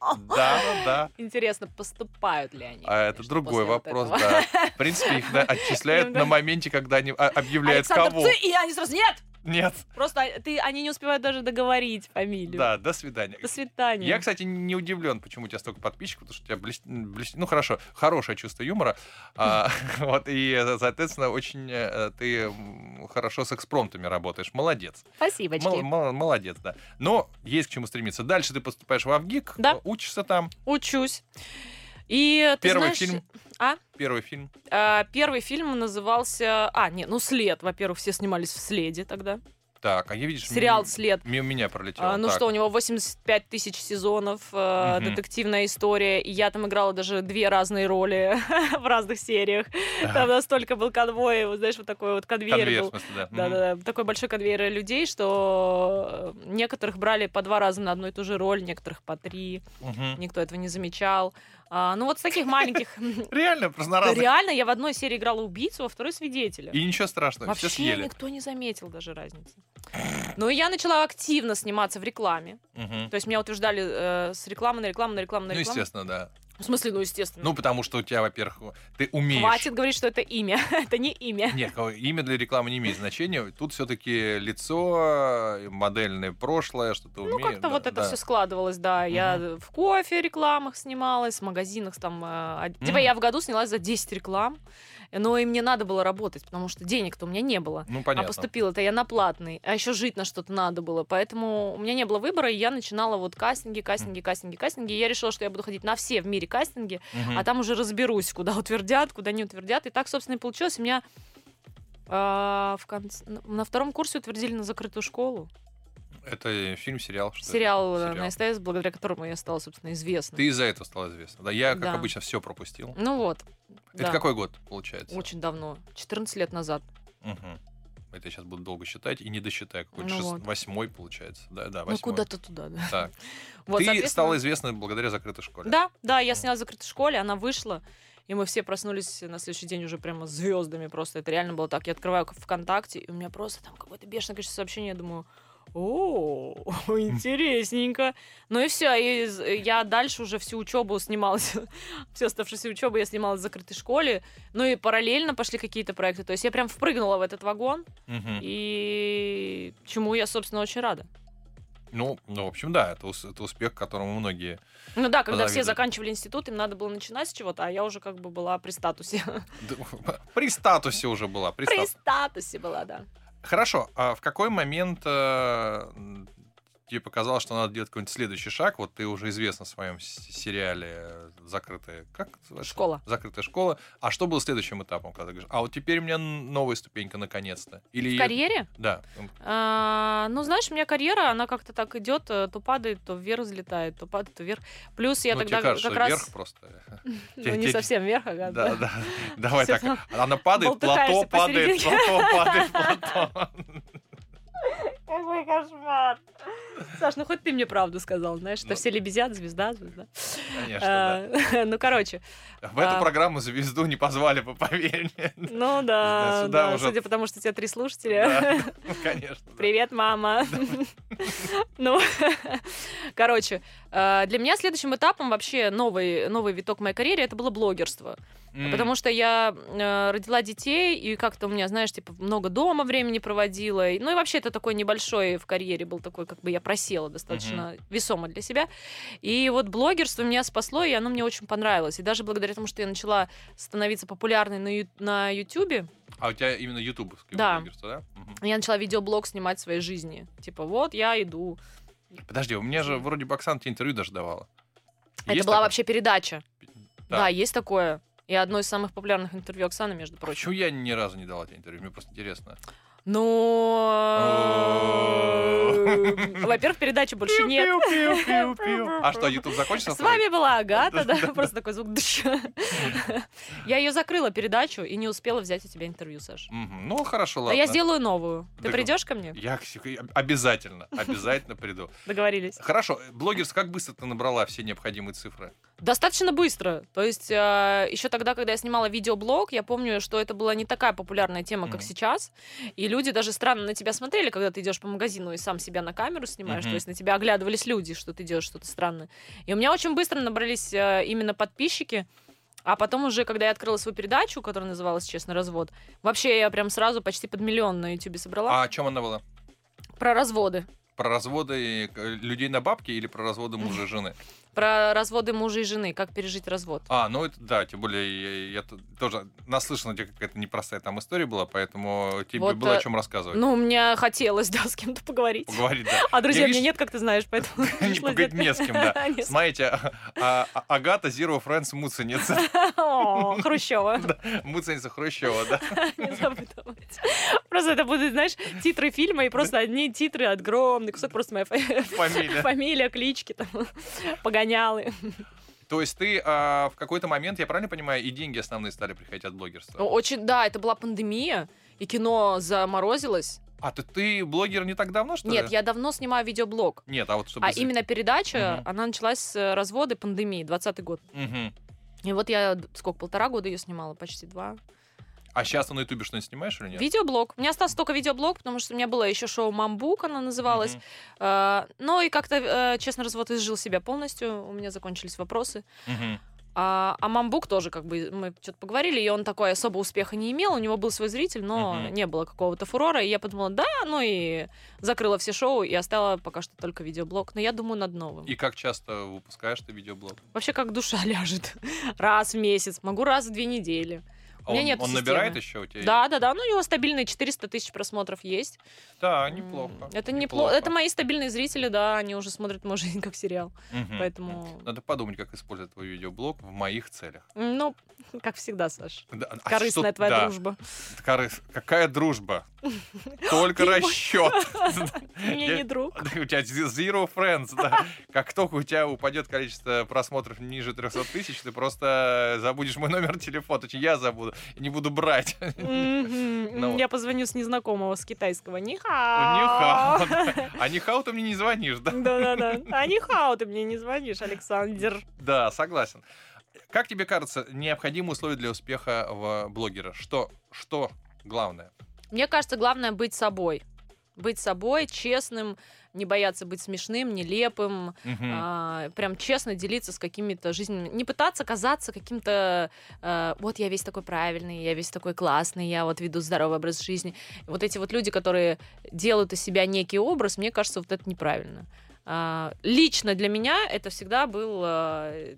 B: да, да, да.
C: Интересно, поступают ли они?
B: А это
C: конечно,
B: другой
C: после вот
B: вопрос,
C: этого.
B: да. В принципе, их да, отчисляют
C: Им, да.
B: на моменте, когда они а, объявляют
C: Александр
B: кого.
C: Цы, и они сразу, нет!
B: Нет,
C: Просто а- ты, они не успевают даже договорить фамилию.
B: да, до свидания.
C: До свидания.
B: Я, кстати, не удивлен, почему у тебя столько подписчиков, потому что у тебя блест- блест- ну хорошо, хорошее чувство юмора, А, вот и э, соответственно очень э, ты м, хорошо с экспромтами работаешь, молодец,
C: Спасибо,
B: Мол- мол- молодец, да. Но есть к чему стремиться. Дальше ты поступаешь в Авгик,
C: Да.
B: э, учишься там.
C: Учусь. И ты
B: Первый
C: знаешь,
B: фильм.
C: а?
B: Первый фильм.
C: э, первый фильм назывался... А, нет, ну «След». Во-первых, все снимались в «Следе» тогда.
B: Так, а я видишь
C: Сериал
B: м-
C: «След».
B: мимо меня пролетел.
C: А, ну что, у него 85 тысяч сезонов, э,
B: Мгм.
C: детективная история, и я там играла даже две разные роли в разных сериях. Там настолько был конвой, вот знаешь, вот такой вот конвейер,
B: конвейер, в
C: был.
B: смысле, да. Мгм.
C: Да-да-да, такой большой конвейер людей, что э, некоторых брали по два раза на одну и ту же роль, некоторых по три,
B: Мгм.
C: никто этого не замечал. А, ну вот с таких маленьких
B: Реально, просто на
C: Да
B: разных.
C: реально, я в одной серии играла убийцу, во второй свидетеля.
B: И ничего страшного,
C: Вообще
B: все съели.
C: никто не заметил даже разницы. Но я начала активно сниматься в рекламе.
B: Мгм.
C: То есть меня утверждали э, с рекламы на рекламу на рекламу на
B: Ну,
C: рекламу.
B: естественно, да.
C: В смысле, ну, естественно.
B: Ну, потому что у тебя, во-первых, ты умеешь.
C: Хватит говорить, что это имя. это не имя.
B: Нет, кого- имя для рекламы не имеет значения. Тут все-таки лицо, модельное прошлое, что ты
C: Ну,
B: умеешь.
C: как-то
B: да,
C: вот это
B: да.
C: все складывалось, да. Я в кофе рекламах снималась, в магазинах там. э, од- Типа
B: Мгм.
C: я в году снялась за 10 реклам. но и мне надо было работать, потому что денег-то у меня не было.
B: Ну, понятно.
C: А поступила-то я на платный, а еще жить на что-то надо было. Поэтому у меня не было выбора, и я начинала вот кастинги, кастинги, кастинги, кастинги. И я решила, что я буду ходить на все в мире кастинги,
B: Мгм.
C: а там уже разберусь, куда утвердят, куда не утвердят. И так, собственно, и получилось. У меня а, в конце- на втором курсе утвердили на закрытую школу.
B: Это фильм, сериал? Что это?
C: Сериал, э, на СТС, благодаря которому я стала, собственно, известной.
B: Ты из-за этого стала известна. Да, я, как
C: Да.
B: обычно, все пропустил.
C: Ну вот.
B: Это
C: да.
B: какой год, получается?
C: Очень давно. 14 лет назад.
B: Мгм. Это я сейчас буду долго считать и не досчитаю. Какой-то
C: Ну
B: шест-
C: вот.
B: восьмой, получается. Да, да, А
C: Ну,
B: восьмой.
C: куда-то туда, да.
B: Так.
C: Вот,
B: Ты
C: соответственно-
B: стала известна благодаря закрытой школе.
C: Да, да, я
B: Мгм.
C: сняла в закрытой школе, она вышла, и мы все проснулись на следующий день уже прямо звездами просто. Это реально было так. Я открываю ВКонтакте, и у меня просто там какое-то бешеное количество сообщений. Я думаю, о, интересненько. Ну и все, и з- я дальше уже всю учебу снималась, всю оставшуюся учебу я снимала в закрытой школе, ну и параллельно пошли какие-то проекты. То есть я прям впрыгнула в этот вагон,
B: Мгм.
C: и чему я, собственно, очень рада.
B: Ну, ну, в общем, да, это, ус- это успех, к которому многие
C: Ну да, когда все
B: Завидую.
C: заканчивали институт, им надо было начинать с чего-то, а я уже как бы была при статусе.
B: Да, При статусе уже была. При
C: При
B: статусе.
C: статусе была, да.
B: Хорошо, а в какой момент э, м, тебе показалось, что надо делать какой-нибудь следующий шаг? Вот ты уже известна в своем с- сериале э, «Закрытая...» Как? это называется?
C: Школа.
B: «Закрытая школа». А что было следующим этапом, когда ты говоришь, а вот теперь у меня н- новая ступенька наконец-то? Или...
C: В карьере?
B: Да. м,
C: А, ну, знаешь, у меня карьера, она как-то так идет, э, то падает, то вверх взлетает, то падает, то вверх. Плюс я
B: ну,
C: тогда
B: тебе кажется,
C: как
B: что
C: раз...
B: вверх просто.
C: Ну,
B: тебе-
C: не
B: тебе-
C: совсем вверх, ага,
B: Да,
C: да.
B: да. Давай
C: Всё
B: так. Она падает, плато
C: болтыхаешься
B: падает,
C: посерединке.
B: плато падает, плато.
C: Какой кошмар. Саш, ну хоть ты мне правду сказал, знаешь, что
B: Ну.
C: все лебезят, звезда, звезда.
B: Конечно, да.
C: А, Ну, короче,
B: В эту
C: а-
B: программу звезду не позвали бы, поверь мне. Да,
C: ну да,
B: сюда
C: да,
B: уже-
C: судя по тому, что у тебя три слушателя.
B: Да, Ну, Конечно. да.
C: Привет, мама. Ну, короче, э, для меня следующим этапом вообще новый, новый виток моей карьеры это было блогерство.
B: М,
C: Потому что я э, родила детей, и как-то у меня, знаешь, типа много дома времени проводила. И- Ну и вообще это такой небольшой в карьере был такой, как бы я просела достаточно весомо для себя. И вот блогерство меня спасло, и оно мне очень понравилось. И даже благодаря тому, что я начала становиться популярной на ю- на Ютубе,
B: А у тебя именно ютубовское
C: Да.
B: блогерство, да? Мгм.
C: я начала видеоблог снимать в своей жизни. Типа, вот я иду.
B: Подожди, у меня же вроде бы Оксана тебе интервью даже давала.
C: Это
B: Есть
C: была
B: такое?
C: вообще передача.
B: Да.
C: Да. есть такое. И одно из самых популярных интервью Оксаны, между прочим.
B: Почему я ни разу не давал тебе интервью? Мне просто интересно.
C: Но... Во-первых, передачи больше нет.
B: Пиу-пиу-пиу-пиу-пиу. А что, YouTube закончился?
C: С вами была Агата, да,
B: Да-да-да.
C: просто такой звук. дыш. Я ее закрыла передачу и не успела взять у тебя интервью, Саш.
B: Мгм. Ну, хорошо,
C: А
B: ладно.
C: я сделаю новую. Ты
B: Договор-
C: придешь ко мне?
B: Я к- к- обязательно, обязательно приду.
C: Договорились.
B: Хорошо, э, блогерс, как быстро ты набрала все необходимые цифры?
C: Достаточно быстро. То есть еще тогда, когда я снимала видеоблог, я помню, что это была не такая популярная тема, как
B: Мгм.
C: сейчас. И люди даже странно на тебя смотрели, когда ты идешь по магазину и сам себя на камеру снимаешь.
B: Мгм.
C: То есть на тебя оглядывались люди, что ты делаешь что-то странное. И у меня очень быстро набрались э, именно подписчики. А потом уже, когда я открыла свою передачу, которая называлась «Честный развод», вообще я прям сразу почти под миллион на Ютубе собрала.
B: А о чем она была?
C: Про разводы.
B: Про разводы э, людей на бабки или про разводы мужа и жены?
C: Про разводы мужа и жены, как пережить развод.
B: А, ну это да, тем более я, я тут тоже наслышан, у тебя какая-то непростая там история была, поэтому тебе
C: Вот,
B: было о
C: э,
B: чем рассказывать.
C: Ну, мне хотелось, да, с кем-то поговорить.
B: Поговорить, да.
C: А друзей
B: Я,
C: у меня
B: видишь,
C: нет, как ты знаешь, поэтому
B: Не
C: пришлось
B: поговорить
C: делать-
B: не с кем, да.
C: Не с кем.
B: Смотрите, а- а- а- Агата Zero Friends Муценица.
C: О, Хрущева.
B: Муценица Хрущева, да.
C: Не забудь. Просто это будут, знаешь, титры фильма, и просто одни титры, огромный кусок, просто моя фа-
B: Фамилия.
C: фамилия, клички, там, погонялы.
B: То есть ты а, в какой-то момент, я правильно понимаю, и деньги основные стали приходить от блогерства?
C: Ну, Очень, да, это была пандемия, и кино заморозилось.
B: А, ты, ты блогер не так давно, что ли?
C: Нет, я давно снимаю видеоблог.
B: Нет, а вот чтобы...
C: А именно передача,
B: Мгм.
C: она началась с э, развода и пандемии, 20 год.
B: Мгм.
C: И вот я, сколько, полтора года ее снимала, почти два.
B: А сейчас ты на ютубе что-нибудь снимаешь или нет?
C: Видеоблог. У меня остался только видеоблог, потому что у меня было еще шоу «Мамбук», оно называлось.
B: Мгм.
C: Э, Ну и как-то, э, честно, развод изжил себя полностью. У меня закончились вопросы.
B: Мгм.
C: А, а Мамбук тоже, как бы, мы что-то поговорили, и он такой особо успеха не имел. У него был свой зритель, но
B: Мгм.
C: не было какого-то фурора. И я подумала, да, ну и закрыла все шоу и оставила пока что только видеоблог. Но я думаю над новым.
B: И как часто выпускаешь ты видеоблог?
C: Вообще как душа ляжет. Раз в месяц, могу раз в две недели.
B: А
C: У меня
B: он,
C: нету
B: он набирает
C: системы.
B: еще у тебя?
C: Да, да, да. Ну, у него стабильные 400 тысяч просмотров есть.
B: Да,
C: М,
B: А неплохо.
C: Это неплохо. Это мои стабильные зрители, да, они уже смотрят мою жизнь как сериал.
B: Мгм.
C: Поэтому,
B: Надо подумать, как использовать твой видеоблог в моих целях.
C: м, ну, как всегда, Саш.
B: Да, а
C: Корыстная
B: что-
C: твоя
B: да,
C: дружба.
B: корыс- Какая дружба? Только
C: Ты мой-
B: расчет.
C: Мне не друг.
B: У тебя zero friends, да. Как только у тебя упадет количество просмотров ниже 300 тысяч, ты просто э, забудешь мой номер телефона, точнее, я забуду, и не буду брать.
C: Мгм.
B: Ну.
C: Я позвоню с незнакомого, с китайского.
B: Нихао.
C: Нихао.
B: А нихау ты мне не звонишь, да?
C: Да-да-да. А нихао, ты мне не звонишь, Александр.
B: Да, согласен. Как тебе кажется, необходимые условия для успеха в блогера? Что, что главное?
C: Мне кажется, главное быть собой. Быть собой, честным, не бояться быть смешным, нелепым,
B: Мгм.
C: а, прям честно делиться с какими-то жизнями. Не пытаться казаться каким-то э, вот я весь такой правильный, я весь такой классный, я вот веду здоровый образ жизни. Вот эти вот люди, которые делают из себя некий образ, мне кажется, вот это неправильно. А, лично для меня это всегда было, э,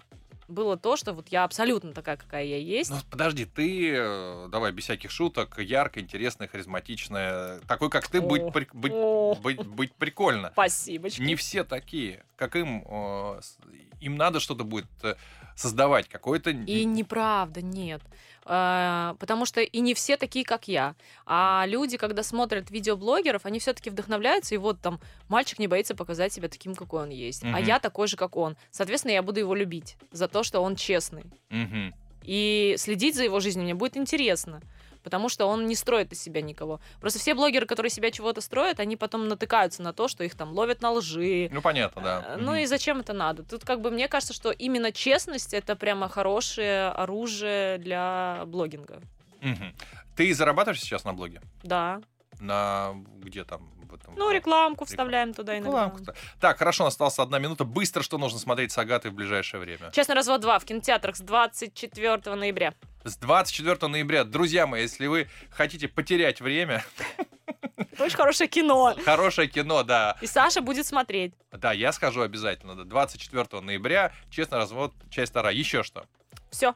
C: было то, что вот я абсолютно такая, какая я есть.
B: Ну, подожди, ты, э, давай, без всяких шуток, ярко, интересная, харизматичная, такой, как ты,
C: О.
B: быть, при- быть,
C: О,
B: быть, быть прикольно.
C: спасибо.
B: Не все такие, как им, э, с- им надо что-то будет э, создавать, какое-то...
C: И неправда, нет. Э, Потому что и не все такие, как я. А люди, когда смотрят видеоблогеров, они все-таки вдохновляются. И вот там мальчик не боится показать себя таким, какой он есть. А
B: Мгм.
C: я такой же, как он. Соответственно, я буду его любить за то, что он честный.
B: Мгм.
C: И следить за его жизнью мне будет интересно. Потому что он не строит из себя никого. Просто все блогеры, которые себя чего-то строят, они потом натыкаются на то, что их там ловят на лжи,
B: Ну, понятно, да.
C: Э, Ну
B: Мгм.
C: и зачем это надо? Тут как бы мне кажется, что именно честность это прямо хорошее оружие для блогинга.
B: Мгм. Ты зарабатываешь сейчас на блоге?
C: Да.
B: На где там? в этом-
C: Ну, рекламку вставляем туда иногда.
B: Рекламку-то. Так, хорошо, осталась одна минута. Быстро, что нужно смотреть с Агатой в ближайшее время?
C: Честный развод 2 в кинотеатрах с 24 ноября.
B: С 24 ноября, друзья мои, если вы хотите потерять время,
C: Это очень хорошее кино.
B: хорошее кино, да.
C: И Саша будет смотреть.
B: Да, я скажу обязательно. да. 24 ноября, честно, развод, часть вторая. Еще что?
C: Все.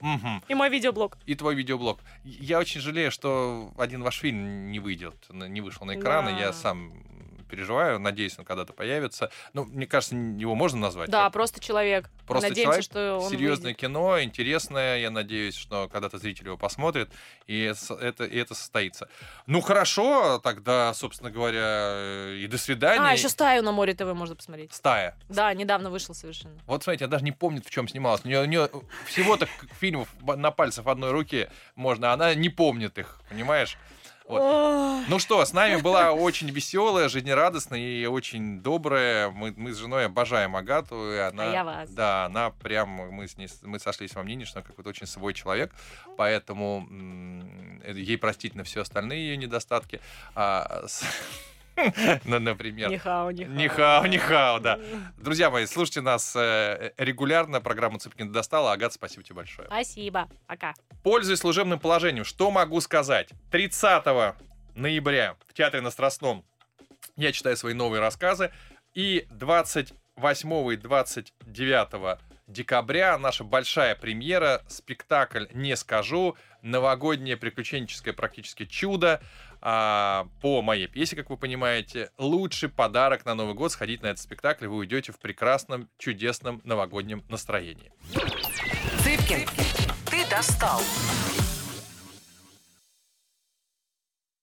B: Мгм.
C: И мой видеоблог.
B: И твой видеоблог. Я очень жалею, что один ваш фильм не выйдет, н- не вышел на экран, и я
C: Да.
B: сам переживаю, надеюсь, он когда-то появится. Ну, мне кажется, его можно назвать.
C: Да,
B: как-
C: просто человек.
B: Просто
C: Надеемся,
B: человек,
C: что он
B: Серьезное
C: выйдет.
B: кино, интересное. Я надеюсь, что когда-то зритель его посмотрит, и с- это, и это состоится. Ну хорошо, тогда, собственно говоря, э, и до свидания.
C: А, еще стаю на море ТВ можно посмотреть.
B: Стая.
C: Да, недавно вышел совершенно.
B: Вот смотрите, она даже не помнит, в чем снималась. У нее, всего-то к- фильмов б- на пальцах одной руки можно, а она не помнит их, понимаешь? Вот.
C: Ой.
B: Ну что, с нами была очень веселая, жизнерадостная и очень добрая. Мы, мы с женой обожаем Агату. И она,
C: А я вас.
B: Да, она прям, мы, с ней, мы сошлись во мнении, что она какой-то очень свой человек, поэтому м, э, ей простительно все остальные ее недостатки. А, с- ну, например...
C: Нихао, нихао.
B: Нихау, нихау, да. Друзья мои, слушайте нас э, регулярно. Программу Цыпкин достала. Агат, спасибо тебе большое.
C: Спасибо. Пока.
B: Пользуясь служебным положением, что могу сказать? 30 ноября в Театре на Страстном я читаю свои новые рассказы. И 28 и 29 декабря наша большая премьера, спектакль «Не скажу», новогоднее приключенческое практически чудо а, по моей пьесе, как вы понимаете. Лучший подарок на Новый год сходить на этот спектакль, вы уйдете в прекрасном, чудесном новогоднем настроении.
A: Цыпкин, ты достал.